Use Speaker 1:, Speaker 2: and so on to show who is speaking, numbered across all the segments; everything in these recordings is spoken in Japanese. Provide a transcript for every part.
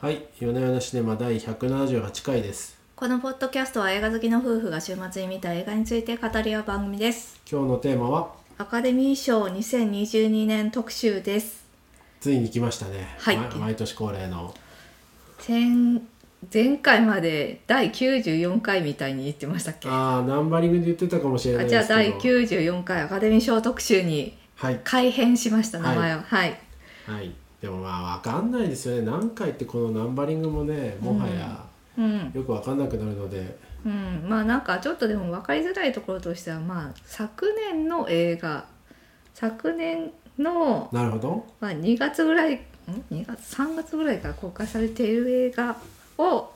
Speaker 1: はい、夜な夜なシネマ第178回です。
Speaker 2: このポッドキャストは映画好きの夫婦が週末に見た映画について語り合う番組です
Speaker 1: 今日のテーマは、
Speaker 2: アカデミー賞2022年特集です
Speaker 1: ついに来ましたね。
Speaker 2: はい
Speaker 1: ま毎年恒例の。
Speaker 2: 前前回まで第94回みたいに言ってましたっけあ
Speaker 1: ああ、ナンバリングで言ってたかもしれない
Speaker 2: じ
Speaker 1: で
Speaker 2: ゃあ
Speaker 1: すけど。
Speaker 2: 第94回アカデミー賞特集に
Speaker 1: はい。
Speaker 2: 改編しました
Speaker 1: はい
Speaker 2: 名前をはい、
Speaker 1: はい。でもまあ、わかんないですよね。何回ってこのナンバリングもね、もはや
Speaker 2: うん
Speaker 1: よくわかんなくなるので、
Speaker 2: うん、まあなんかちょっとでも分かりづらいところとしてはまあ昨年の映画昨年の
Speaker 1: なるほど。
Speaker 2: まあ、2月ぐらいん2月3月ぐらいから公開されている映画を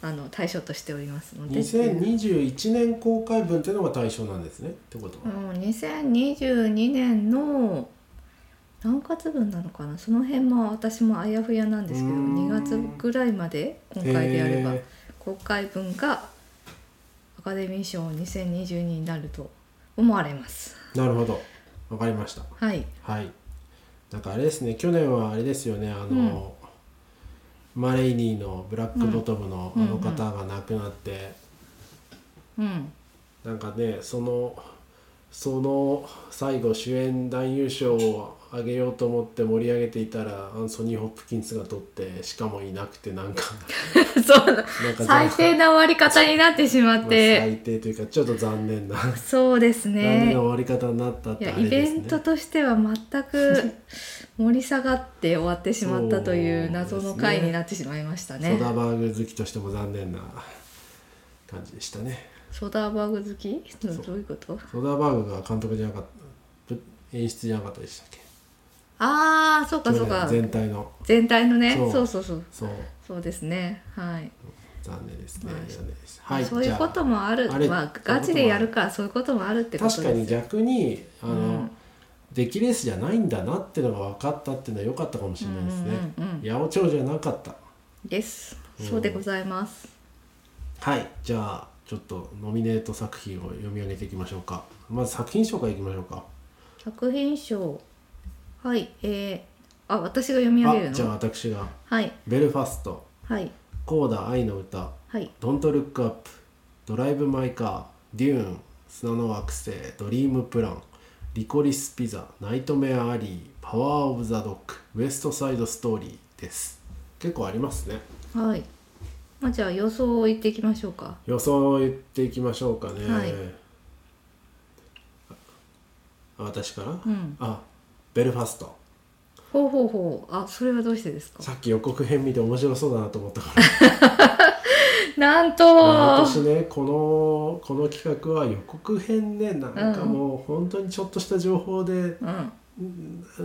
Speaker 2: あの対象としておりますので
Speaker 1: 2021年公開分っていうのが対象なんですね。ってこと
Speaker 2: う
Speaker 1: は。
Speaker 2: ん、2022年の何月分なのかなその辺も私もあやふやなんですけど
Speaker 1: うーん
Speaker 2: 2月ぐらいまで今回でやれば
Speaker 1: へ
Speaker 2: 公開分がアカデミー賞2022になると思われます。
Speaker 1: ーなるほど。わかりました。
Speaker 2: はい、
Speaker 1: はい。なんかあれですね、去年はあれですよね、あの、マレイニーのブラックボトムのあ
Speaker 2: うん
Speaker 1: の方が亡くなって、
Speaker 2: うん
Speaker 1: なんかね、その、その最後主演男優賞をあげようと思って盛り上げていたらアンソニー・ホップキンスが取ってしかもいなくてなんか
Speaker 2: そうだ
Speaker 1: なんか
Speaker 2: 最低な終わり方になってしま
Speaker 1: ま
Speaker 2: っ
Speaker 1: あ
Speaker 2: て、
Speaker 1: 最低というかちょっと残念な、
Speaker 2: そうです
Speaker 1: 残
Speaker 2: ね
Speaker 1: 念な終わり方になったっ
Speaker 2: い
Speaker 1: て
Speaker 2: や
Speaker 1: あ
Speaker 2: イ
Speaker 1: れで
Speaker 2: ベ
Speaker 1: すね
Speaker 2: ントとしては全 く盛り下がって終わってしまったという謎の回になってしまいましたね
Speaker 1: ソダバーグ好きとしても残念な感じでしたね
Speaker 2: ソダーバーグ好きどういうこと
Speaker 1: ソダーバーグが監督じゃなかったぶ演出じゃなかったでしたっけ
Speaker 2: ああそうかそうか
Speaker 1: 去年全体の
Speaker 2: 全体のね
Speaker 1: そう
Speaker 2: そうそうそう
Speaker 1: そう
Speaker 2: そうですねはい、
Speaker 1: 残念ですね、
Speaker 2: まあ
Speaker 1: 残念ですはい
Speaker 2: そういうこと
Speaker 1: も
Speaker 2: もある
Speaker 1: あれ
Speaker 2: まあガチでやるからそういうこともあるってこと
Speaker 1: 確かに
Speaker 2: ですよ
Speaker 1: 逆にあの、
Speaker 2: うん
Speaker 1: 出来レースじゃないんだなってのが分かったっていうのは良かったかもしれないですね、
Speaker 2: うんうんうんうん
Speaker 1: 八百長じゃなかった
Speaker 2: です
Speaker 1: うん
Speaker 2: そうでございます
Speaker 1: はいじゃあちょっとノミネート作品を読み上げていきましょうかまず作品紹介いきましょうか
Speaker 2: 作品賞はいえー、あ私が読み上げる
Speaker 1: あじゃあ
Speaker 2: の
Speaker 1: 私が
Speaker 2: はい
Speaker 1: 「ベルファスト」
Speaker 2: はい
Speaker 1: 「コーダ愛の歌」
Speaker 2: はい
Speaker 1: ドントルックアップ、ドライブマイカー、デューン、砂の惑星、ドリームプラン、リコリスピザ、ナイトメアアリー、パワーオブザドッグ、ウエストサイドストーリーです。結構ありますね。
Speaker 2: はい。まあ、じゃあ予想を言っていきましょうか。
Speaker 1: 予想を言っていきましょうかね。
Speaker 2: はい
Speaker 1: あ私から、
Speaker 2: うん
Speaker 1: あ、ベルファスト。
Speaker 2: ほうほうほう。あ、それはどうしてですか。
Speaker 1: さっき予告編見て面白そうだなと思ったから。
Speaker 2: なん
Speaker 1: 今
Speaker 2: と。
Speaker 1: 年ねこのこの企画は予告編ねなんかもう本当にちょっとした情報で
Speaker 2: うん。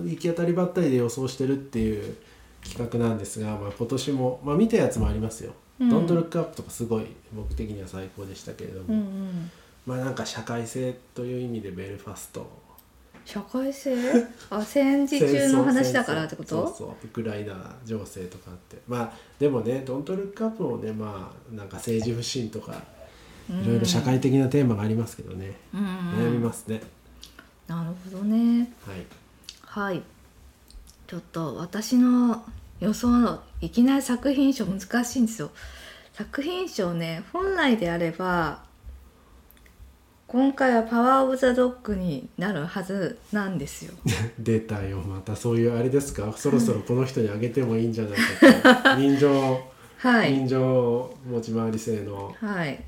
Speaker 1: 行き当たりばったりで予想してるっていう企画なんですが、まあ、今年も、まあ、見たやつもありますよ「
Speaker 2: うん
Speaker 1: ドントルックアップ」とかすごい僕的には最高でしたけれども、
Speaker 2: うんうん。
Speaker 1: まあなんか社会性という意味でベルファスト
Speaker 2: 社会性。あ、戦時中の話だからってこ
Speaker 1: 戦争そう
Speaker 2: と。
Speaker 1: そうウクライナ情勢とかあってまあでもね「ドントルックアップ」もねまあなんか政治不信とかいろいろ社会的なテーマがありますけどね、
Speaker 2: うん。
Speaker 1: 悩み
Speaker 2: うん。
Speaker 1: ますね
Speaker 2: なるほどね。
Speaker 1: はい
Speaker 2: はい。ちょっと私の予想のいきなり作品賞難しいんですよ。作品賞ね、本来であれば。今回はパワーオブザドッグになるはずなんですよ。
Speaker 1: 出たよまたそういうあれです かそろそろこの人にあげてもいいんじゃないかと人情、
Speaker 2: はい。
Speaker 1: 人情持ち回り性の
Speaker 2: はい。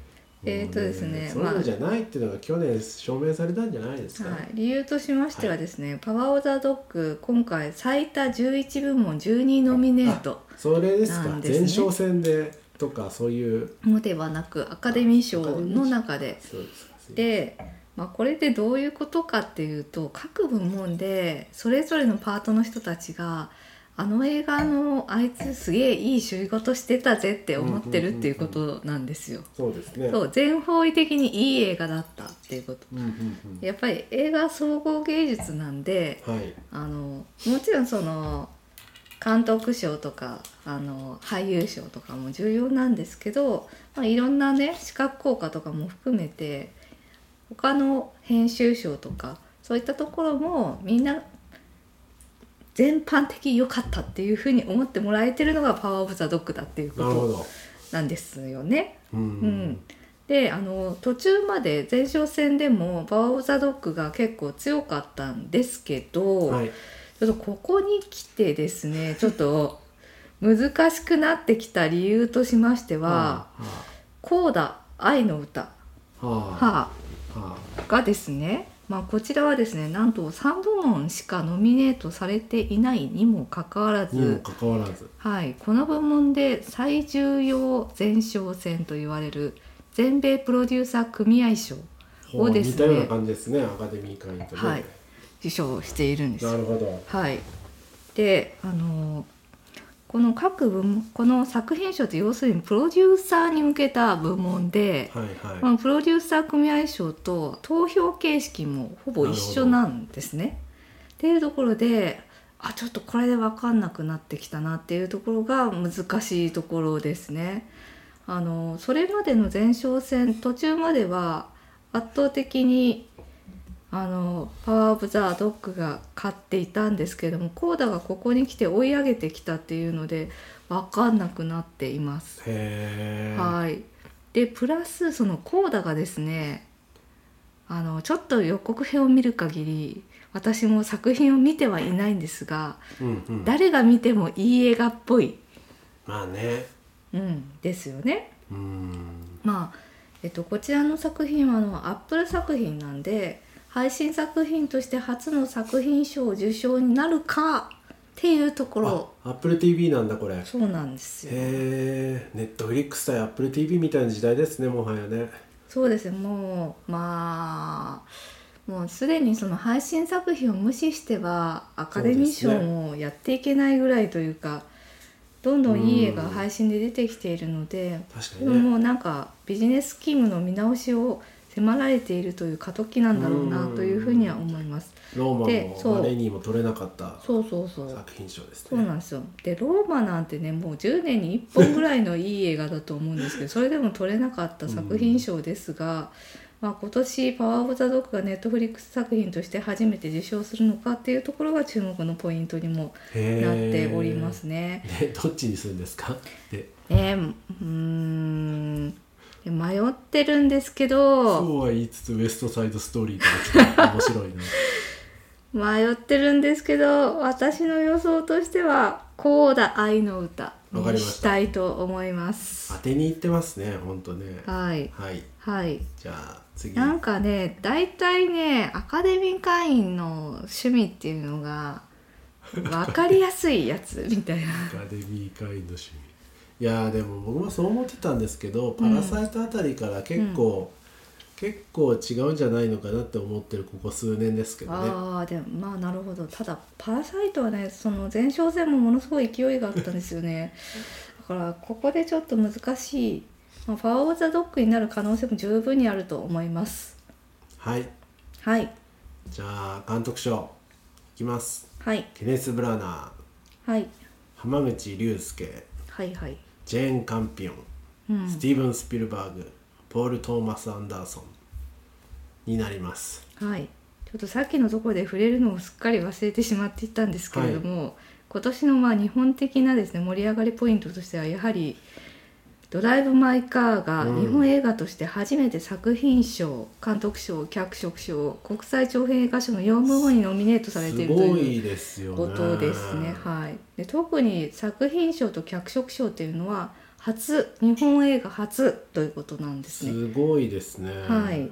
Speaker 2: えーとですね
Speaker 1: もうそういうのじゃないっていうのが去年証明されたんじゃないですか、
Speaker 2: はい、理由としましてはですね、パワーオブザドッグ今回最多11部門12ノミネート
Speaker 1: それですか
Speaker 2: なんですね
Speaker 1: 前哨戦でとかそういう
Speaker 2: もではなくアカデミー賞の中で
Speaker 1: そうです
Speaker 2: で、まあ、これでどういうことかっていうと各部門でそれぞれのパートの人たちがあの映画のあいつすげえいい仕事してたぜって思ってるっていうことなんですよ。
Speaker 1: そうですね
Speaker 2: そう全方位的にいい映画だったっていうこと。
Speaker 1: うんうん
Speaker 2: やっぱり映画総合芸術なんで
Speaker 1: うんはい
Speaker 2: あのもちろんその監督賞とかあの俳優賞とかも重要なんですけど、まあ、いろんなね視覚効果とかも含めて他の編集賞とかそういったところもみんな全般的に良かったっていうふうに思ってもらえてるのがパワーオブザドッグだっていうこ
Speaker 1: なるほ
Speaker 2: と
Speaker 1: ど
Speaker 2: なんですよね。
Speaker 1: うん、
Speaker 2: うん、であの途中まで前哨戦でもパワーオブザドッグが結構強かったんですけど、
Speaker 1: はい
Speaker 2: ちょっとここに来てですねちょっと難しくなってきた理由としましては
Speaker 1: はあ
Speaker 2: 「コーダ愛の歌」
Speaker 1: はあ
Speaker 2: は
Speaker 1: はあ
Speaker 2: がですね、まあ、こちらはですねなんと3部門しかノミネートされていないにもかかわらず、
Speaker 1: にもかかわらず
Speaker 2: はい、この部門で最重要前哨戦と言われる全米プロデューサー組合賞
Speaker 1: ほ
Speaker 2: を
Speaker 1: う
Speaker 2: です
Speaker 1: 似たような
Speaker 2: ね
Speaker 1: 感じですねアカデミー会員とね、
Speaker 2: はい受賞しているんですよ
Speaker 1: なるほど
Speaker 2: はい、であのーこの各部門この作品賞って要するにプロデューサーに向けた部門で、
Speaker 1: はい
Speaker 2: ま
Speaker 1: は
Speaker 2: あ、プロデューサー組合賞と投票形式もほぼ一緒なんですね。っていうところであちょっとこれで分かんなくなってきたなっていうところが難しいところですね。あのそれまでの前哨戦途中までは圧倒的にあのパワー・オブ・ザ・ドッグが勝っていたんですけれどもコーダがここに来て追い上げてきたっていうので分かんなくなっています。
Speaker 1: いへえ
Speaker 2: はい、でプラスそのコーダがですねあのちょっと予告編を見る限り私も作品を見てはいないんですが
Speaker 1: うんうん
Speaker 2: 誰が見てもいい映画っぽい、
Speaker 1: まあね
Speaker 2: うん、ですよね。
Speaker 1: うん
Speaker 2: まあえっと、こちらの作品はあのアップル作品なんで配信作品として初の作品賞受賞になるかっていうところ
Speaker 1: あ Apple TV なんだこれへ
Speaker 2: そうなんですよ。
Speaker 1: えネットフリックス対 Apple TV みたいな時代ですねもはやね
Speaker 2: そうですねもうまあもうすでにその配信作品を無視してはアカデミー賞
Speaker 1: そうです
Speaker 2: もやっていけないぐらいというかどんどんいい映画が配信で出てきているので、
Speaker 1: 確か
Speaker 2: で
Speaker 1: に
Speaker 2: も
Speaker 1: ね
Speaker 2: もうなんかビジネススキームの見直しを迫られているという過渡期なんだろうなというふうには思います。
Speaker 1: ローマ
Speaker 2: でそう
Speaker 1: もマレニーも取れなかった
Speaker 2: そうそうそう
Speaker 1: 作品賞です
Speaker 2: そう
Speaker 1: ね
Speaker 2: なんですよでローマなんてねもう10年に1本ぐらいのいい映画だと思うんですけどそれでも撮れなかった作品賞ですが、まあ、今年「パワー・オブ・ザ・ドッグ」がネットフリックス作品として初めて受賞するのかっていうところが注目のポイントにも
Speaker 1: へ
Speaker 2: なっ
Speaker 1: え
Speaker 2: ておりますね。
Speaker 1: でどっちにするんですかで
Speaker 2: ねうーんで迷ってるんですけど
Speaker 1: そうは言いつつウエストサイドストーリーとか来たら面白いな
Speaker 2: 迷ってるんですけど私の予想としては「こうだ愛の歌」
Speaker 1: わかりま
Speaker 2: に
Speaker 1: した
Speaker 2: したいと思います
Speaker 1: 当。てに行ってますね本当ね
Speaker 2: はい、
Speaker 1: はい
Speaker 2: はい、
Speaker 1: じゃあ次
Speaker 2: なんかね大体ねアカデミー会員の趣味っていうのが分かりやすいやつみたいな
Speaker 1: アカデミー会の趣味いやーでも僕もそう思ってたんですけど「パラサイト」あたりから結構、結構違うんじゃないのかなって思ってるここ数年ですけどね
Speaker 2: あーでもまあなるほどただ「パラサイト」はねその前哨戦もものすごい勢いがあったんですよねだからここでちょっと難しい、まあ、ファー・オブ・ザ・ドッグになる可能性も十分にあると思います
Speaker 1: はい
Speaker 2: はい
Speaker 1: じゃあ監督賞いきます
Speaker 2: はい
Speaker 1: ケネス・ブラナー
Speaker 2: はい
Speaker 1: 浜口竜介
Speaker 2: はいはい
Speaker 1: ジェーン・カンピオン、
Speaker 2: うん
Speaker 1: スティーブン・スピルバーグポール・トーマス・アンダーソンになります
Speaker 2: はい、ちょっとさっきのところで触れるのをすっかり忘れてしまっていたんですけれども、今年のまあ日本的なですね盛り上がりポイントとしてはやはり「ドライブ・マイ・カー」が
Speaker 1: うん
Speaker 2: 日本映画として初めて作品賞、監督賞脚色賞国際長編映画賞の4部門にノミネートされて
Speaker 1: す
Speaker 2: いると
Speaker 1: ご
Speaker 2: いう
Speaker 1: いですよね
Speaker 2: ことですね。はい、で特に作品賞と脚色賞というのは初日本映画初ということなんですね。
Speaker 1: すごいですね
Speaker 2: はい、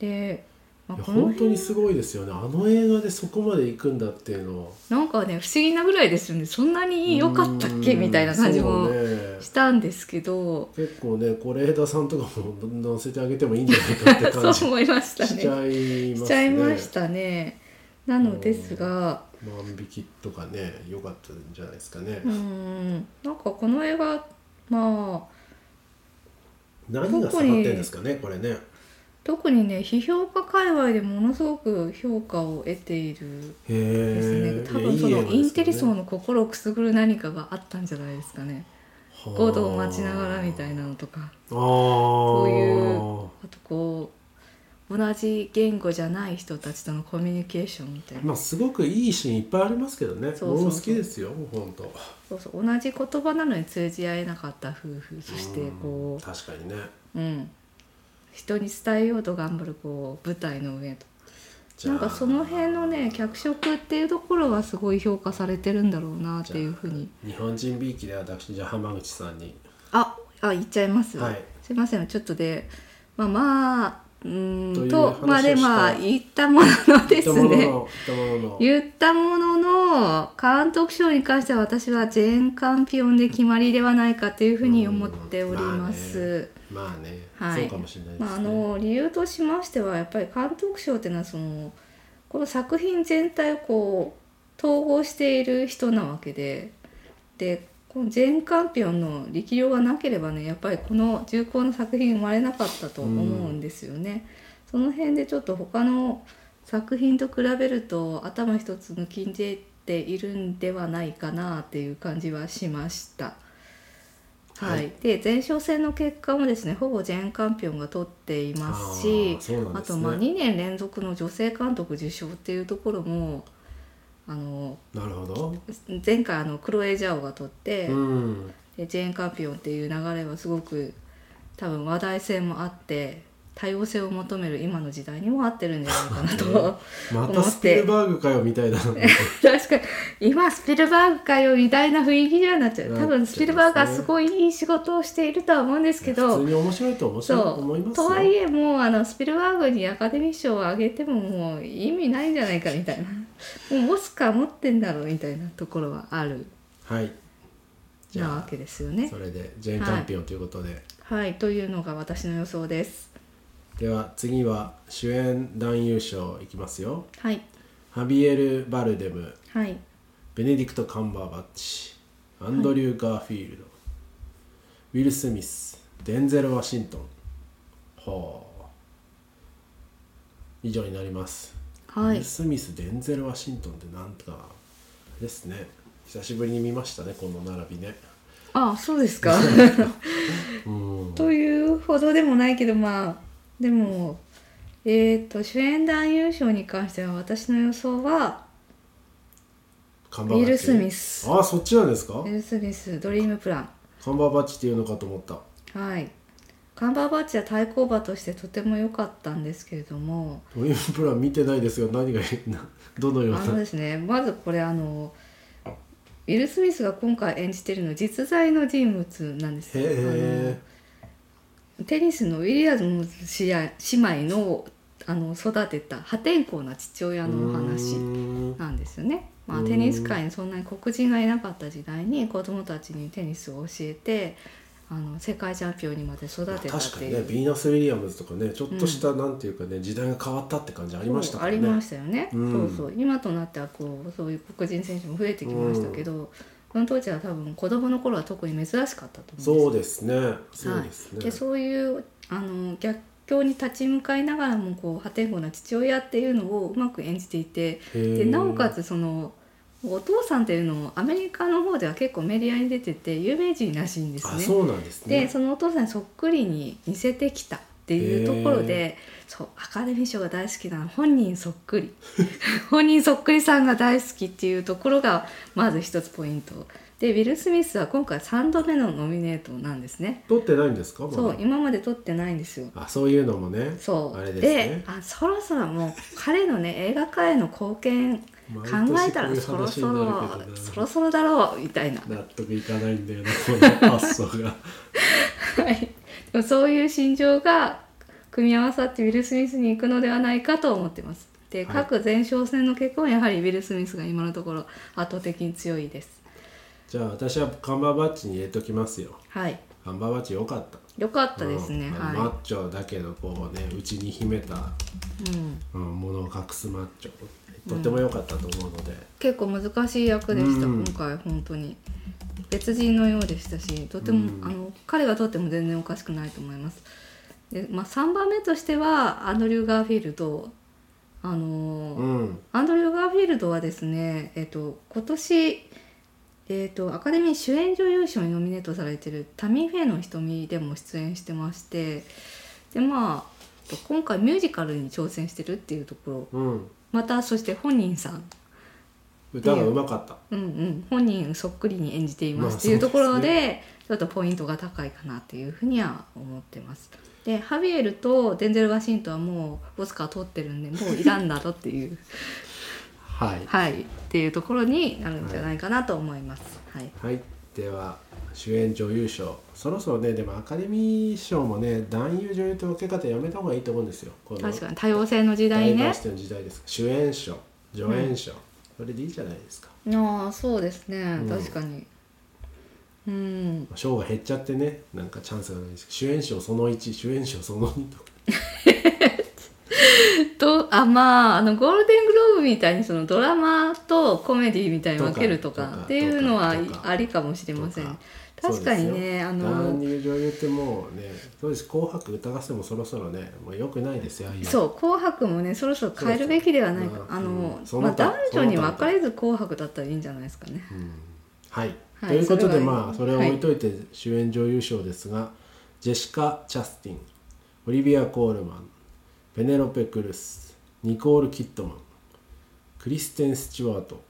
Speaker 2: で、ま
Speaker 1: い
Speaker 2: あ
Speaker 1: や
Speaker 2: この
Speaker 1: 本当
Speaker 2: 辺
Speaker 1: にすごいですよねあの映画でそこまで行くんだっていうの
Speaker 2: なんかね不思議なぐらいですよねそんなに良かったっけ
Speaker 1: うん
Speaker 2: みたいな感じも
Speaker 1: そうね
Speaker 2: したんですけど
Speaker 1: 結構ね是枝さんとかも乗せてあげてもいいんじゃないかって
Speaker 2: そ
Speaker 1: 感
Speaker 2: う
Speaker 1: じ
Speaker 2: 思いました
Speaker 1: しち
Speaker 2: ね
Speaker 1: ゃいますね
Speaker 2: しちゃいましたねなのですが
Speaker 1: 万引きとかね良かったんじゃないですかね、
Speaker 2: うーんなんかこの映画まあ
Speaker 1: 何が下がってんですかねこれね
Speaker 2: 特にね批評家界隈でものすごく評価を得ている
Speaker 1: へ
Speaker 2: ですね
Speaker 1: え
Speaker 2: 多分そのインテリ層の心をくすぐる何かがあったんじゃないですかね
Speaker 1: 合
Speaker 2: 合同を待ちながらみたいなのとか
Speaker 1: そう
Speaker 2: いうあとこう同じ言語じゃない人たちとのコミュニケーションみたいな、
Speaker 1: まあすごくいいシーンいっぱいありますけどね
Speaker 2: そうそうそう
Speaker 1: 僕も好きですよ本当
Speaker 2: そうそう同じ言葉なのに通じ合えなかった夫婦そしてこ
Speaker 1: ん確かにね
Speaker 2: う、うん、人に伝えようと頑張るこう舞台の上と
Speaker 1: じゃあ
Speaker 2: なんかその辺のね脚色っていうところはすごい評価されてるんだろうなっていうふうに
Speaker 1: 日本人びいきで私じゃあ浜口さんに
Speaker 2: ああ言っちゃいます、
Speaker 1: はい
Speaker 2: すいませんちょっとでまあまあうーん
Speaker 1: という
Speaker 2: と
Speaker 1: 話を
Speaker 2: まあで
Speaker 1: した
Speaker 2: まあ言ったものの
Speaker 1: 言
Speaker 2: で
Speaker 1: った
Speaker 2: す
Speaker 1: もの
Speaker 2: ね
Speaker 1: の言ったものの
Speaker 2: 言ったものの監督賞に関しては私は全冠ピオンで決まりではないかというふうに思っております。
Speaker 1: まあね、
Speaker 2: はい
Speaker 1: そうかもしれないですね、
Speaker 2: まあ、あの理由としましてはやっぱり監督賞っていうのはそのこの作品全体をこう統合している人なわけででこの全冠ピオンの力量がなければねやっぱりこの重厚な作品生まれなかったと思うんですよね。その辺でちょっと他の作品と比べると頭一つ抜きんでているんではないかなっていう感じはしました。はい、
Speaker 1: はい
Speaker 2: で前哨戦の結果もですねほぼ全冠ピオンが取っていますし
Speaker 1: あーそうなん
Speaker 2: あ
Speaker 1: です
Speaker 2: と
Speaker 1: ね
Speaker 2: まあ2年連続の女性監督受賞っていうところもあの
Speaker 1: なるほど
Speaker 2: 前回あのクロエ・ジャオが取って、
Speaker 1: うん
Speaker 2: でジェーン・カンピオンっていう流れはすごく多分話題性もあって多様性を求める今の時代にも合ってるんじゃないかなと
Speaker 1: ま
Speaker 2: 思
Speaker 1: た
Speaker 2: って
Speaker 1: スピルバーグかよみたいな
Speaker 2: 確かに今スピルバーグかよみたいな雰囲気にはなっちゃう多分スピルバーグがすごいいい仕事をしているとは思うんですけ
Speaker 1: 普通
Speaker 2: ど
Speaker 1: に面白いと面白いと思い
Speaker 2: そう
Speaker 1: ます
Speaker 2: とはいえもうあのスピルバーグにアカデミー賞をあげてももう意味ないんじゃないかみたいな もうオスカー持ってんだろうみたいなところはある
Speaker 1: はいじ
Speaker 2: なわ
Speaker 1: ゃ
Speaker 2: けですよ
Speaker 1: あ
Speaker 2: ね
Speaker 1: そ。れでジェーンチャンピオンということで、
Speaker 2: はいというのが私の予想です。
Speaker 1: では次は主演男優賞いきますよ
Speaker 2: はい
Speaker 1: ハビエル・バルデム
Speaker 2: はい
Speaker 1: ベネディクト・カンバーバッチアンドリュー・ガーフィールド、ウィル・スミスデンゼル・ワシントンほう以上になりますウ
Speaker 2: は
Speaker 1: ィ
Speaker 2: い
Speaker 1: ル・スミスデンゼル・ワシントンってなんとかですね久しぶりに見ましたねこの並びね
Speaker 2: あそうです か
Speaker 1: うん
Speaker 2: というほどでもないけどまあでもえっ、と主演男優賞に関しては私の予想は
Speaker 1: カン
Speaker 2: ウ
Speaker 1: バーバ
Speaker 2: ィ
Speaker 1: ッ
Speaker 2: ル・
Speaker 1: チ
Speaker 2: スミス
Speaker 1: ああそっちなんですか
Speaker 2: ウィル・スミスドリームプラン
Speaker 1: カンバーバッチっていうのかと思った
Speaker 2: はいカンバーバッチは対抗馬としてとても良かったんですけれども
Speaker 1: ドリームプラン見てない ですが何がなどのよう
Speaker 2: あの
Speaker 1: な
Speaker 2: ですねまずこれあのウィル・スミスが今回演じているのは実在の人物なんです
Speaker 1: へ
Speaker 2: よ
Speaker 1: え
Speaker 2: テニスのウィリアムス姉妹のあの育てた破天荒な父親のお話なんですよね。ま
Speaker 1: う
Speaker 2: あ、
Speaker 1: ん
Speaker 2: テニス界にそんなに黒人がいなかった時代に子供たちにテニスを教えてあの世界チャンピオンにまで育てたっ
Speaker 1: 確か
Speaker 2: て
Speaker 1: に
Speaker 2: い
Speaker 1: ね
Speaker 2: う
Speaker 1: ヴィーナス・ウィリアムズとかねちょっとした、なんていうかね時代が変わったって感じありましたからね
Speaker 2: そうありましたよね、
Speaker 1: うん
Speaker 2: そうそう今となってはこうそういう黒人選手も増えてきましたけど、その当時は多分子供の頃は特に珍しかったと思うんですよ
Speaker 1: そうですねそうですね、
Speaker 2: はい、でそういうあの逆境に立ち向かいながらもこう破天荒な父親っていうのをうまく演じていて
Speaker 1: へ
Speaker 2: で
Speaker 1: え
Speaker 2: なおかつそのお父さんっていうのもアメリカの方では結構メディアに出てて有名人らしいんです
Speaker 1: あ
Speaker 2: ね。
Speaker 1: そうなんですね
Speaker 2: でそのお父さんにそっくりに似せてきたっていうところでそうアカデミー賞が大好きな本人そっくり 本人そっくりさんが大好きっていうところがまず一つポイントでウィル・スミスは今回3度目のノミネートなんですね。
Speaker 1: 撮ってないんですかまだ
Speaker 2: そう今まで撮ってないんですよ
Speaker 1: あそういうのもね
Speaker 2: そう
Speaker 1: あれですね
Speaker 2: あそろそろもう彼のね映画界への貢献考
Speaker 1: 毎年
Speaker 2: え
Speaker 1: こ
Speaker 2: たら
Speaker 1: ういう
Speaker 2: そろ
Speaker 1: 話
Speaker 2: そ
Speaker 1: に
Speaker 2: ろ
Speaker 1: なるけどな
Speaker 2: そろそろだろうみたいな
Speaker 1: 納得いかないんだよなこの発想が
Speaker 2: はいでもそういう心情が組み合わさってウィル・スミスに行くのではないかと思ってますで
Speaker 1: はい
Speaker 2: 各前哨戦の結果もやはりウィル・スミスが今のところ圧倒的に強いです
Speaker 1: じゃあ私はカンバーバッチに入れときますよ
Speaker 2: はい
Speaker 1: カンバーバッチよかった
Speaker 2: よかったですね、
Speaker 1: うんマ
Speaker 2: は
Speaker 1: ッチョだけどこうね内に秘めた、
Speaker 2: い、うん、
Speaker 1: うん、ものを隠すマッチョとても良かったと思うので、
Speaker 2: 結構難しい役でした、
Speaker 1: うん
Speaker 2: 今回本当に別人のようでしたしとても、
Speaker 1: うん
Speaker 2: あの彼がとっても全然おかしくないと思いますで、まあ、3番目としてはアンドリュー・ガーフィールドあのー
Speaker 1: うん
Speaker 2: アンドリュー・ガーフィールドはですね、えっと今年、えっとアカデミー主演女優賞にノミネートされてる「タミー・フェイの瞳」でも出演してましてでまあと今回ミュージカルに挑戦してるっていうところ
Speaker 1: うん
Speaker 2: またそして本人さん
Speaker 1: 歌がうまかった
Speaker 2: うんうん、本人そっくりに演じていま
Speaker 1: ますあ
Speaker 2: っていうところ
Speaker 1: そう
Speaker 2: で,、
Speaker 1: です
Speaker 2: ちょっとポイントが高いかなっていうふうには思ってます。でハビエルとデンゼル・ワシントンはもうオスカー取ってるんでもういらんだろっ ていう、
Speaker 1: はい
Speaker 2: はい、っていうところになるんじゃないかなと思います。はい、
Speaker 1: はいでは主演女優賞そろそろねでもアカデミー賞もね男優女優って分け方やめた方がいいと思うんですよこの
Speaker 2: 確かに多様性の時代
Speaker 1: ダイバ
Speaker 2: ね
Speaker 1: ーシティの時代です主演賞助演賞、それでいいじゃないですか
Speaker 2: ああそうですね、
Speaker 1: ん
Speaker 2: 確かにうん
Speaker 1: 賞が減っちゃってねなんかチャンスがないです主演賞その1主演賞その2とか
Speaker 2: とあまああのゴールデングローブみたいにそのドラマとコメディみたいに分けると
Speaker 1: と
Speaker 2: か
Speaker 1: か
Speaker 2: っていうのは
Speaker 1: とか
Speaker 2: ありかもしれません
Speaker 1: とか
Speaker 2: 確かに
Speaker 1: そうです
Speaker 2: ね
Speaker 1: よ
Speaker 2: あの
Speaker 1: 男優女優ってもうねそうです紅白歌合戦もそろそろねもう良くないですよああいうの
Speaker 2: そう「紅白」もねそろそろ変えるべきではない
Speaker 1: そう
Speaker 2: か
Speaker 1: そう
Speaker 2: あの
Speaker 1: うん、その
Speaker 2: まあ、
Speaker 1: 他
Speaker 2: 男女に分かれず「紅白」だったらいいんじゃないですかね。
Speaker 1: はい、
Speaker 2: はい
Speaker 1: ということ
Speaker 2: そ
Speaker 1: で
Speaker 2: れは
Speaker 1: まあそれを置いといて主演女優賞ですが、ジェシカ・チャスティンオリビア・コールマンペネロペ・クルスニコール・キットマンクリステン・スチュワート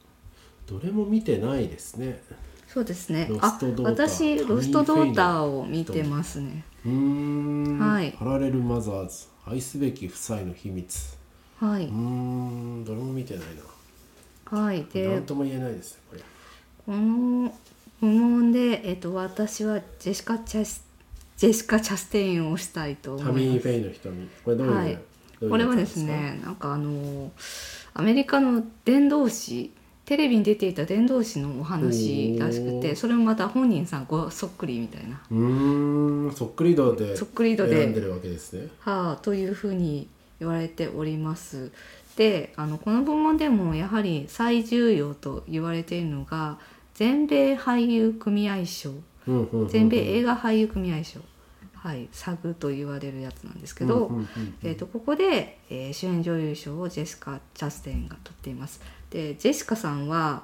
Speaker 1: どれも見てないですね
Speaker 2: そうですね
Speaker 1: ロ
Speaker 2: あ
Speaker 1: ストドーター
Speaker 2: 私「ロストドーター」を見てますね。
Speaker 1: うーん、
Speaker 2: はい
Speaker 1: パラレル・マザーズ愛すべき夫妻の秘密
Speaker 2: は
Speaker 1: う
Speaker 2: い
Speaker 1: ー、んどれも見てないな
Speaker 2: はい、で
Speaker 1: 何とも言えないですねこれ
Speaker 2: この部門で、えっと、私はジェシカ・チャスジェシカ・チャステインをしたいと
Speaker 1: タ
Speaker 2: 思い
Speaker 1: ミー・
Speaker 2: ま
Speaker 1: フェイの瞳これどうい
Speaker 2: す。
Speaker 1: う、
Speaker 2: はい
Speaker 1: どういう
Speaker 2: これは
Speaker 1: や
Speaker 2: で
Speaker 1: つ
Speaker 2: すねなんかあのアメリカの伝道師テレビに出ていた伝道師のお話らしく
Speaker 1: お
Speaker 2: て
Speaker 1: ー
Speaker 2: それもまた本人さんごそっくりみたいな
Speaker 1: うーんそっくり度で
Speaker 2: そっくり度で
Speaker 1: 選んでるわけですね。
Speaker 2: はあ、というふうに言われております。であのこの部門でもやはり最重要と言われているのが全米俳優組合賞。
Speaker 1: うんうんうんうん
Speaker 2: 全米映画俳優組合賞、はい、サグと言われるやつなんですけど、
Speaker 1: うんうんうん
Speaker 2: えー、とここで、えー主演女優賞をジェシカ・チャステンが取っていますでジェシカさんは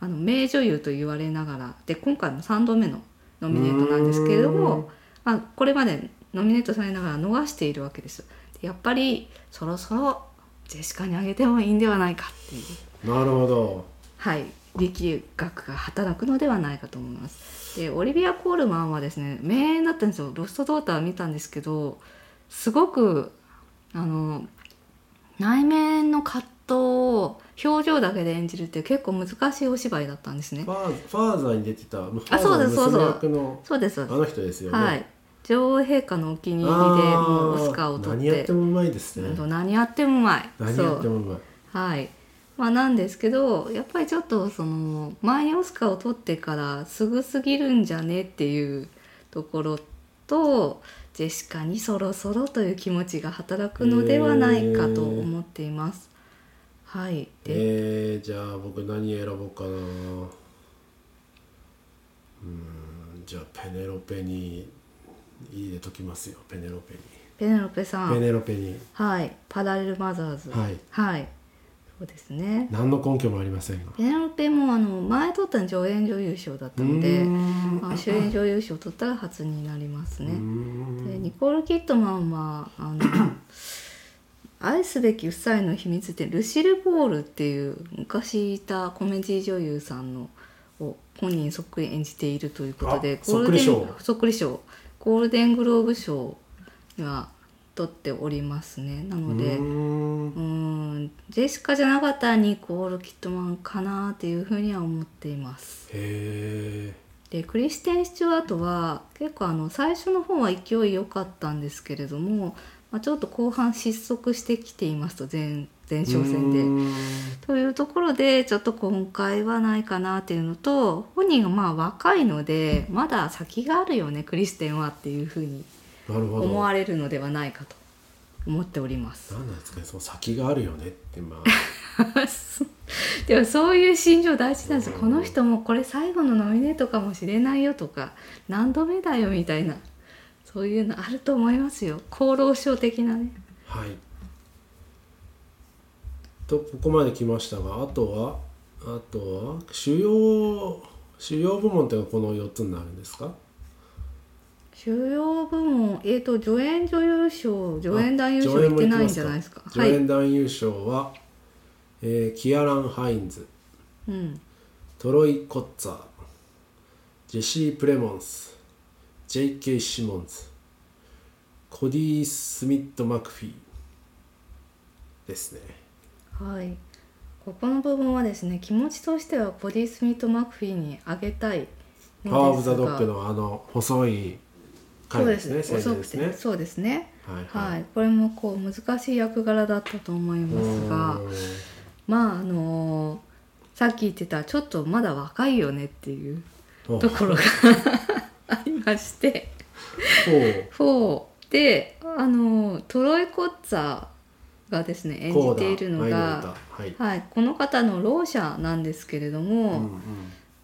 Speaker 2: あの名女優と言われながらで今回も3度目のノミネートなんですけれど
Speaker 1: うーん
Speaker 2: も、まあ、これまでノミネートされながら逃しているわけですでやっぱりそろそろジェシカにあげてもいいんではないかっていう
Speaker 1: なるほど。
Speaker 2: はい、力学が働くのではないかと思います。でオリビア・コールマンはですね名演だったんですよ「ロスト・ドーター」見たんですけどすごくあの内面の葛藤を表情だけで演じるっていう結構難しいお芝居だったんですね
Speaker 1: フ。ァーファーザーに出てた。ファーザ
Speaker 2: そ
Speaker 1: ー
Speaker 2: うだ
Speaker 1: の
Speaker 2: そうだ
Speaker 1: 娘役の
Speaker 2: そうですそうで
Speaker 1: あの人です
Speaker 2: す、
Speaker 1: よね。
Speaker 2: はい、女王陛下のお気に入りで
Speaker 1: あ
Speaker 2: もうオスカーを取
Speaker 1: 何
Speaker 2: っ
Speaker 1: やっててもうまいですね。
Speaker 2: うん何やってもうまい
Speaker 1: 何
Speaker 2: そ
Speaker 1: や
Speaker 2: う
Speaker 1: ってもうまい。
Speaker 2: はい、まあ、なんですけどやっぱりちょっとその前にオスカーを取ってからすぐすぎるんじゃねっていうところとジェシカにそろそろという気持ちが働くのではないかと思っています。はい、で、
Speaker 1: えー、じゃあ僕何選ぼうかな。うーんじゃあペネロペに入れときますよペネロペに。
Speaker 2: ペネロペさ
Speaker 1: ペ
Speaker 2: ん、
Speaker 1: ネロペに
Speaker 2: はい、パラレルマザーズ、
Speaker 1: はい
Speaker 2: そうですね。
Speaker 1: 何の根拠もありませんが。
Speaker 2: ペネロペもあの前取ったの上演女優賞だった
Speaker 1: う
Speaker 2: の
Speaker 1: ー
Speaker 2: で、
Speaker 1: ん
Speaker 2: まあ、主演女優賞取ったら初になります
Speaker 1: うー
Speaker 2: ね。
Speaker 1: ん
Speaker 2: でニコール・キットマンはあ の愛すべき夫妻の秘密でルシル・ボールっていう昔いたコメディ女優さんのを本人そっくり演じているということで
Speaker 1: あ
Speaker 2: ゴールデン
Speaker 1: そっくり賞
Speaker 2: そっくり賞ゴールデングローブ賞が取っておりますねなので
Speaker 1: うーん
Speaker 2: うーんジェシカじゃなかったらニコール・キットマンかなっていうふうには思っています
Speaker 1: へえ
Speaker 2: でクリステン・スチュワートは結構あの最初の方は勢い良かったんですけれども、まあ、ちょっと後半失速してきていますと前前哨戦で。というところでちょっと今回はないかなっていうのと本人がまあ若いのでまだ先があるよねクリステンはっていうふうに
Speaker 1: なるほど
Speaker 2: 思われるのではないかと思っております。
Speaker 1: なんなんですかねその先があるよねってまあ
Speaker 2: でもそういう心情大事なんですよ
Speaker 1: うん
Speaker 2: この人もこれ最後のノミネートかもしれないよとか何度目だよみたいなそういうのあると思いますよ厚労省的なね
Speaker 1: はいとここまで来ましたがあとはあとは主要主要部門ってのはこの4つになるんですか
Speaker 2: 主要部門えっ、と助演女優賞助演男優賞
Speaker 1: 上演
Speaker 2: いっ
Speaker 1: も
Speaker 2: て
Speaker 1: 行き
Speaker 2: な
Speaker 1: ま
Speaker 2: いんじゃないですかは
Speaker 1: 上
Speaker 2: い
Speaker 1: 演男優賞は、えーキアラン・ハインズ
Speaker 2: うん
Speaker 1: トロイ・コッツァージェシー・プレモンス J.K. シモンズコディ・スミット・マクフィーですね
Speaker 2: はいここの部分はですね気持ちとしてはコディ・スミット・マクフィーにあげたいのですが
Speaker 1: パワー・オブ・ザ・ドッグのあの細い
Speaker 2: そ
Speaker 1: 彼
Speaker 2: う
Speaker 1: で
Speaker 2: ですす
Speaker 1: ね
Speaker 2: ね
Speaker 1: 先生
Speaker 2: 遅
Speaker 1: で
Speaker 2: く
Speaker 1: す
Speaker 2: て、
Speaker 1: ね
Speaker 2: そうですね
Speaker 1: はい
Speaker 2: はい、
Speaker 1: い
Speaker 2: これもこう難しい役柄だったと思いますが
Speaker 1: うーん
Speaker 2: まああのーさっき言ってたちょっとまだ若いよねっていう
Speaker 1: お
Speaker 2: ところが ありまして4であのートロイ・コッツァーがですね演
Speaker 1: こ
Speaker 2: じ
Speaker 1: うだ
Speaker 2: ているのが、
Speaker 1: はいはい
Speaker 2: はい、この方のろう者なんですけれども、
Speaker 1: うんうん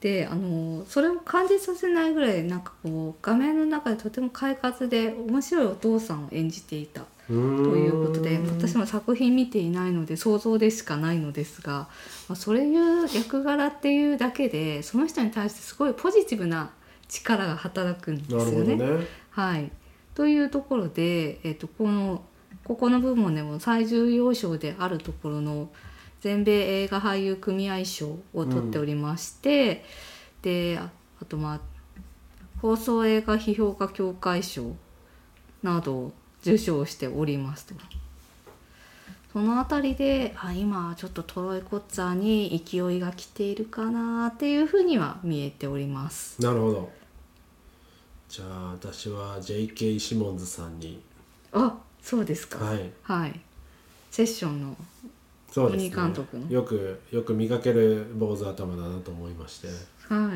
Speaker 2: であのそれを感じさせないぐらいなんかこう画面の中でとても快活で面白いお父さんを演じていた
Speaker 1: と
Speaker 2: ということで私
Speaker 1: も
Speaker 2: も作品見ていないので想像でしかないのですが、まあ、それいう役柄っていうだけでその人に対してすごいポジティブな力が働くんです
Speaker 1: な
Speaker 2: よ
Speaker 1: るほどね。
Speaker 2: はい、というところで、えっとこのここの部門でも最重要賞であるところの全米映画俳優組合賞を取っておりまして、でああとまあ放送映画批評家協会賞などを受賞しておりますと。その辺りであ今ちょっとトロイ・コッツァーに勢いが来ているかなっていうふうには見えております。
Speaker 1: なるほど。じゃあ私は J.K. シモンズさんに、
Speaker 2: あそうですか。
Speaker 1: はい、
Speaker 2: はい。セッションの。
Speaker 1: そうですね。
Speaker 2: 鬼監督の
Speaker 1: よくよく見かける坊主頭だなと思いまして、
Speaker 2: は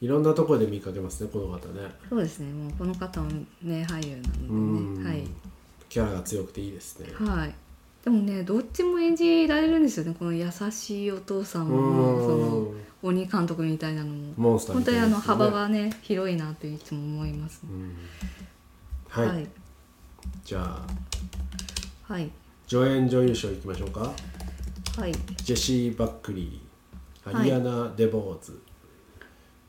Speaker 2: い。
Speaker 1: いろんなところで見かけますねこの方ね。
Speaker 2: そうですね。もうこの方も名俳優な
Speaker 1: う
Speaker 2: の
Speaker 1: ん、
Speaker 2: でね。
Speaker 1: キャラが強くていいですね。
Speaker 2: はい。はい。でもね、どっちも演じられるんですよね。この優しいお父さん
Speaker 1: う
Speaker 2: も、その
Speaker 1: ん、
Speaker 2: 鬼監督みたいなのも。
Speaker 1: モンスター
Speaker 2: 本
Speaker 1: み
Speaker 2: 当
Speaker 1: たい
Speaker 2: に
Speaker 1: な
Speaker 2: あ
Speaker 1: やつね
Speaker 2: の幅。がね、広いなといつも思います
Speaker 1: う
Speaker 2: ね。
Speaker 1: んはい、
Speaker 2: はい。
Speaker 1: じゃあ
Speaker 2: はい。
Speaker 1: 助演女優賞いきましょうか。
Speaker 2: はい。
Speaker 1: ジェシー・バックリー、ア
Speaker 2: はい
Speaker 1: リアナ・デボーズ、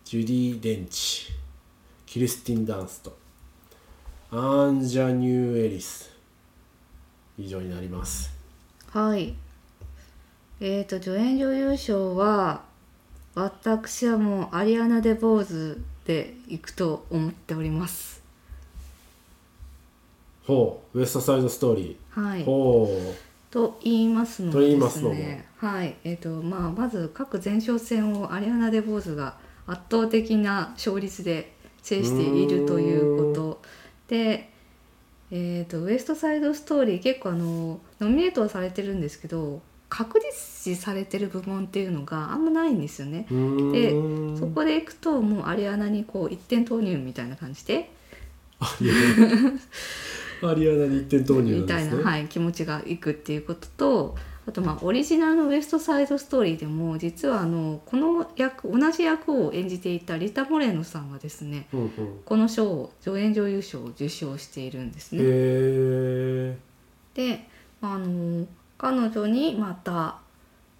Speaker 1: ジュディ・デンチ、キリスティン・ダンスト、アンジャニュー・エリス、以上になります。
Speaker 2: はい。えー、と助演女優賞は私はもうアリアナ・デ・ボーズでいくと思っております。
Speaker 1: ほう、ウエスト・サイド・ストーリ
Speaker 2: は
Speaker 1: ー。
Speaker 2: い、
Speaker 1: ほ
Speaker 2: と言いますの
Speaker 1: と
Speaker 2: も
Speaker 1: 言い
Speaker 2: で
Speaker 1: ます
Speaker 2: す
Speaker 1: のも
Speaker 2: ねはいえーとまあ、まず各前哨戦をアリアナ・デ・ボーズが圧倒的な勝率で制しているということで、えー、とウエスト・サイド・ストーリー結構あのノミネートはされてるんですけど確実視されてる部門っていうのがあんまないんですよね。
Speaker 1: う。うーん
Speaker 2: そこでいくともうアリアナにこう一点投入みたいな感じで
Speaker 1: アリアナアリアナに1点投入な
Speaker 2: み
Speaker 1: んで
Speaker 2: たい
Speaker 1: す
Speaker 2: な、
Speaker 1: ね。
Speaker 2: はい、気持ちがいくっていうこととあとまあオリジナルの「ウエスト・サイド・ストーリー」でも実はあのこの役同じ役を演じていたリタ・モレノさんがですね
Speaker 1: うんうん
Speaker 2: この賞を助演女優賞を受賞しているんです
Speaker 1: へ
Speaker 2: ね。
Speaker 1: ー
Speaker 2: で、まあ、あの彼女にまた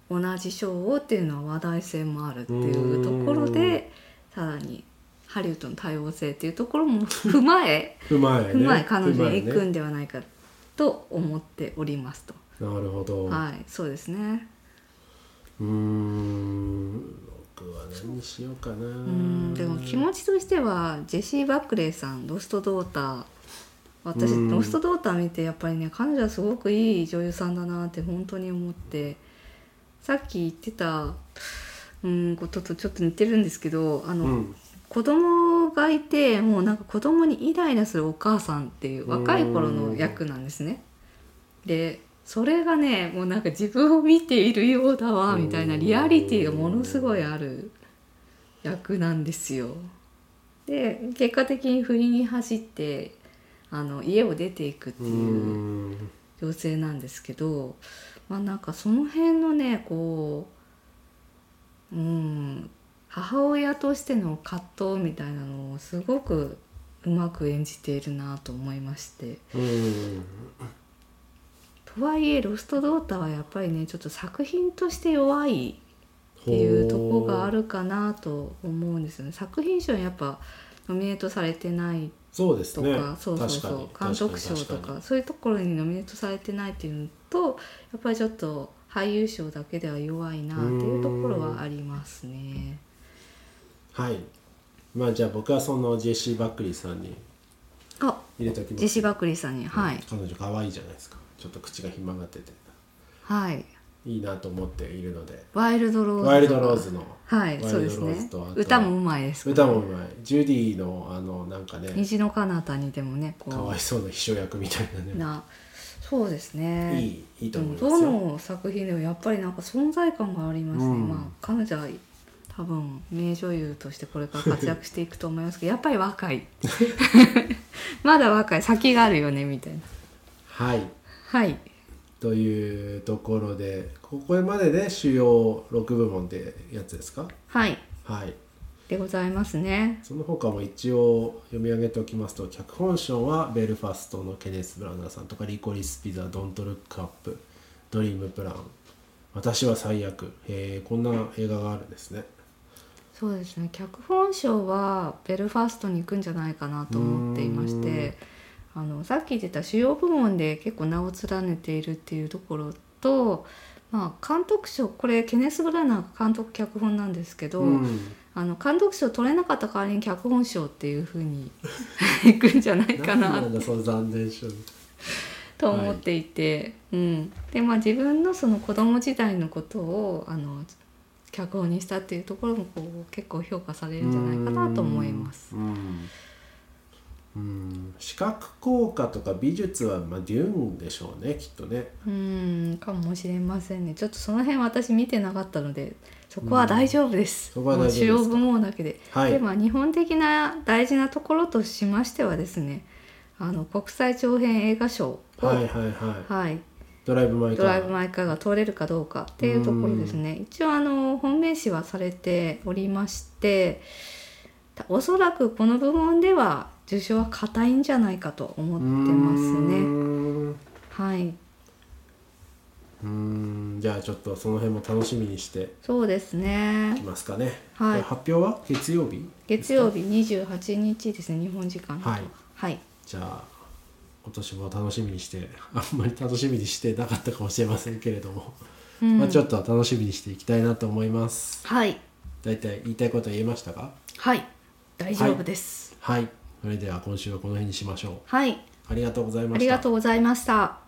Speaker 2: 同じ賞をっていうのは話題性もあるっていうところでさらにハリウッドの多様性っていうところも踏 まえ
Speaker 1: うまいね。
Speaker 2: 踏まえ彼女に
Speaker 1: う
Speaker 2: 行
Speaker 1: まい
Speaker 2: く
Speaker 1: ね
Speaker 2: んではないかと思っておりますと。
Speaker 1: なるほど。
Speaker 2: はい、そうですね。
Speaker 1: うーん僕は何にしようかな
Speaker 2: うん、でも気持ちとしてはジェシー・バックレイさん「ロスト・ドーター」私
Speaker 1: うん
Speaker 2: 「ロスト・ドーター」見てやっぱりね彼女はすごくいい女優さんだなって本当に思ってさっき言ってたうんこととちょっと似てるんですけどあの、
Speaker 1: うん
Speaker 2: 子供がいてもうなんか子供にイライラするお母さんっていう若い頃の役なんですね。でそれがねもうなんか自分を見ているようだわみたいなリアリティがものすごいある役なんですよ。で結果的に不意に走ってあの家を出ていくって
Speaker 1: う
Speaker 2: いう。
Speaker 1: ん
Speaker 2: 女性なんですけどまあなんかその辺のねこううん母親としての葛藤みたいなのをすごくうまく演じているなと思いまして
Speaker 1: うん
Speaker 2: とはいえ「ロスト・ドーター」はやっぱりねちょっと作品として弱いっていうところがあるかなと思うんですよね。作品賞にやっぱノミネートされてない
Speaker 1: そうです
Speaker 2: と
Speaker 1: ね
Speaker 2: か、そうそうそう監督賞とかそういうところにノミネートされてないっていうのとやっぱりちょっと俳優賞だけでは弱いなっていうところはありますね。
Speaker 1: はいまあじゃあ僕はそのジェシー・バックリーさんに
Speaker 2: あ
Speaker 1: 入れときます
Speaker 2: ジェシー・バックリーさんに、はい、
Speaker 1: 彼女可愛いじゃないですかちょっと口がひん曲がってて
Speaker 2: はい
Speaker 1: いいなと思っているので
Speaker 2: ワイルドローズとか
Speaker 1: ワイルドローズの
Speaker 2: はい
Speaker 1: ワイ
Speaker 2: そうで
Speaker 1: ル
Speaker 2: す
Speaker 1: ドローズ
Speaker 2: ね
Speaker 1: とあと
Speaker 2: 歌もうまいですから
Speaker 1: 歌もうまいジュディのあのなんかね
Speaker 2: 虹の彼方にでもね
Speaker 1: か
Speaker 2: こ
Speaker 1: わいそうな秘書役みたいな
Speaker 2: う
Speaker 1: ね
Speaker 2: なそうですね
Speaker 1: いいいいと思いますよ
Speaker 2: どの作品でもやっぱりなんか存在感がありますね、
Speaker 1: うん
Speaker 2: まあ彼女は多分名女優としてこれから活躍していくと思いますけどやっぱり若い まだ若い先があるよねみたいな
Speaker 1: はい
Speaker 2: はい
Speaker 1: というところでここまでで主要6部門でやつですか
Speaker 2: はい
Speaker 1: はい
Speaker 2: でございますね
Speaker 1: その他も一応読み上げておきますと脚本賞は「ベルファスト」のケネス・ブラナーさんとか「リコリス・ピザ」「ドント・ルック・アップ」「ドリーム・プラン」「私は最悪」へえこんな映画があるんですね
Speaker 2: そうですね脚本賞はベルファストに行くんじゃないかなと思っていましてあのさっき言ってた主要部門で結構名を連ねているっていうところと、まあ、監督賞これケネス・ブラナーが監督脚本なんですけど、
Speaker 1: うん
Speaker 2: あの監督賞取れなかった代わりに脚本賞っていうふうに 行くんじゃないか
Speaker 1: な
Speaker 2: なん
Speaker 1: だその残念賞
Speaker 2: と思っていて、うん、でまあ自分のその子供時代のことをあの脚本にしたっていうところもこう結構評価されるんじゃないかなと思います。
Speaker 1: うんうん視覚効果とか美術は、まあ、デューンでしょうねきっとね
Speaker 2: うんかもしれませんねちょっとその辺私見てなかったのでそこは大丈夫です。
Speaker 1: うんそこは大丈夫ですか
Speaker 2: もう主要部門だけで
Speaker 1: はい
Speaker 2: でまあ日本的な大事なところとしましてはですねあの国際長編映画賞を、
Speaker 1: はいはいは
Speaker 2: はい、
Speaker 1: いドライブ・マイ・カ
Speaker 2: ド
Speaker 1: ー
Speaker 2: ライブ・マイ・カーが通れるかどうかっていうところですね一応あの本命視はされておりましてたおそらくこの部門では受賞は硬いんじゃないかと思ってます
Speaker 1: う
Speaker 2: ね。
Speaker 1: ーん
Speaker 2: はい、
Speaker 1: うーんじゃあちょっとその辺も楽しみにして
Speaker 2: そうです
Speaker 1: い
Speaker 2: ね。
Speaker 1: ますかね、
Speaker 2: はい
Speaker 1: 発表は月曜日
Speaker 2: 月曜日28日ですね、日本時間だと
Speaker 1: はい
Speaker 2: はい。
Speaker 1: じゃあ今年も楽しみにしてあんまり楽しみにしてなかったかもしれませんけれども、
Speaker 2: うん
Speaker 1: まあちょっと楽しみにしていきたいなと思います
Speaker 2: はい。
Speaker 1: だいたい言いたいこと言えましたか
Speaker 2: はい。大丈夫です。
Speaker 1: はいそれでは今週はこの辺にしましょ
Speaker 2: はい。
Speaker 1: うありがとうございま
Speaker 2: あ
Speaker 1: し
Speaker 2: りが
Speaker 1: た
Speaker 2: とうございました。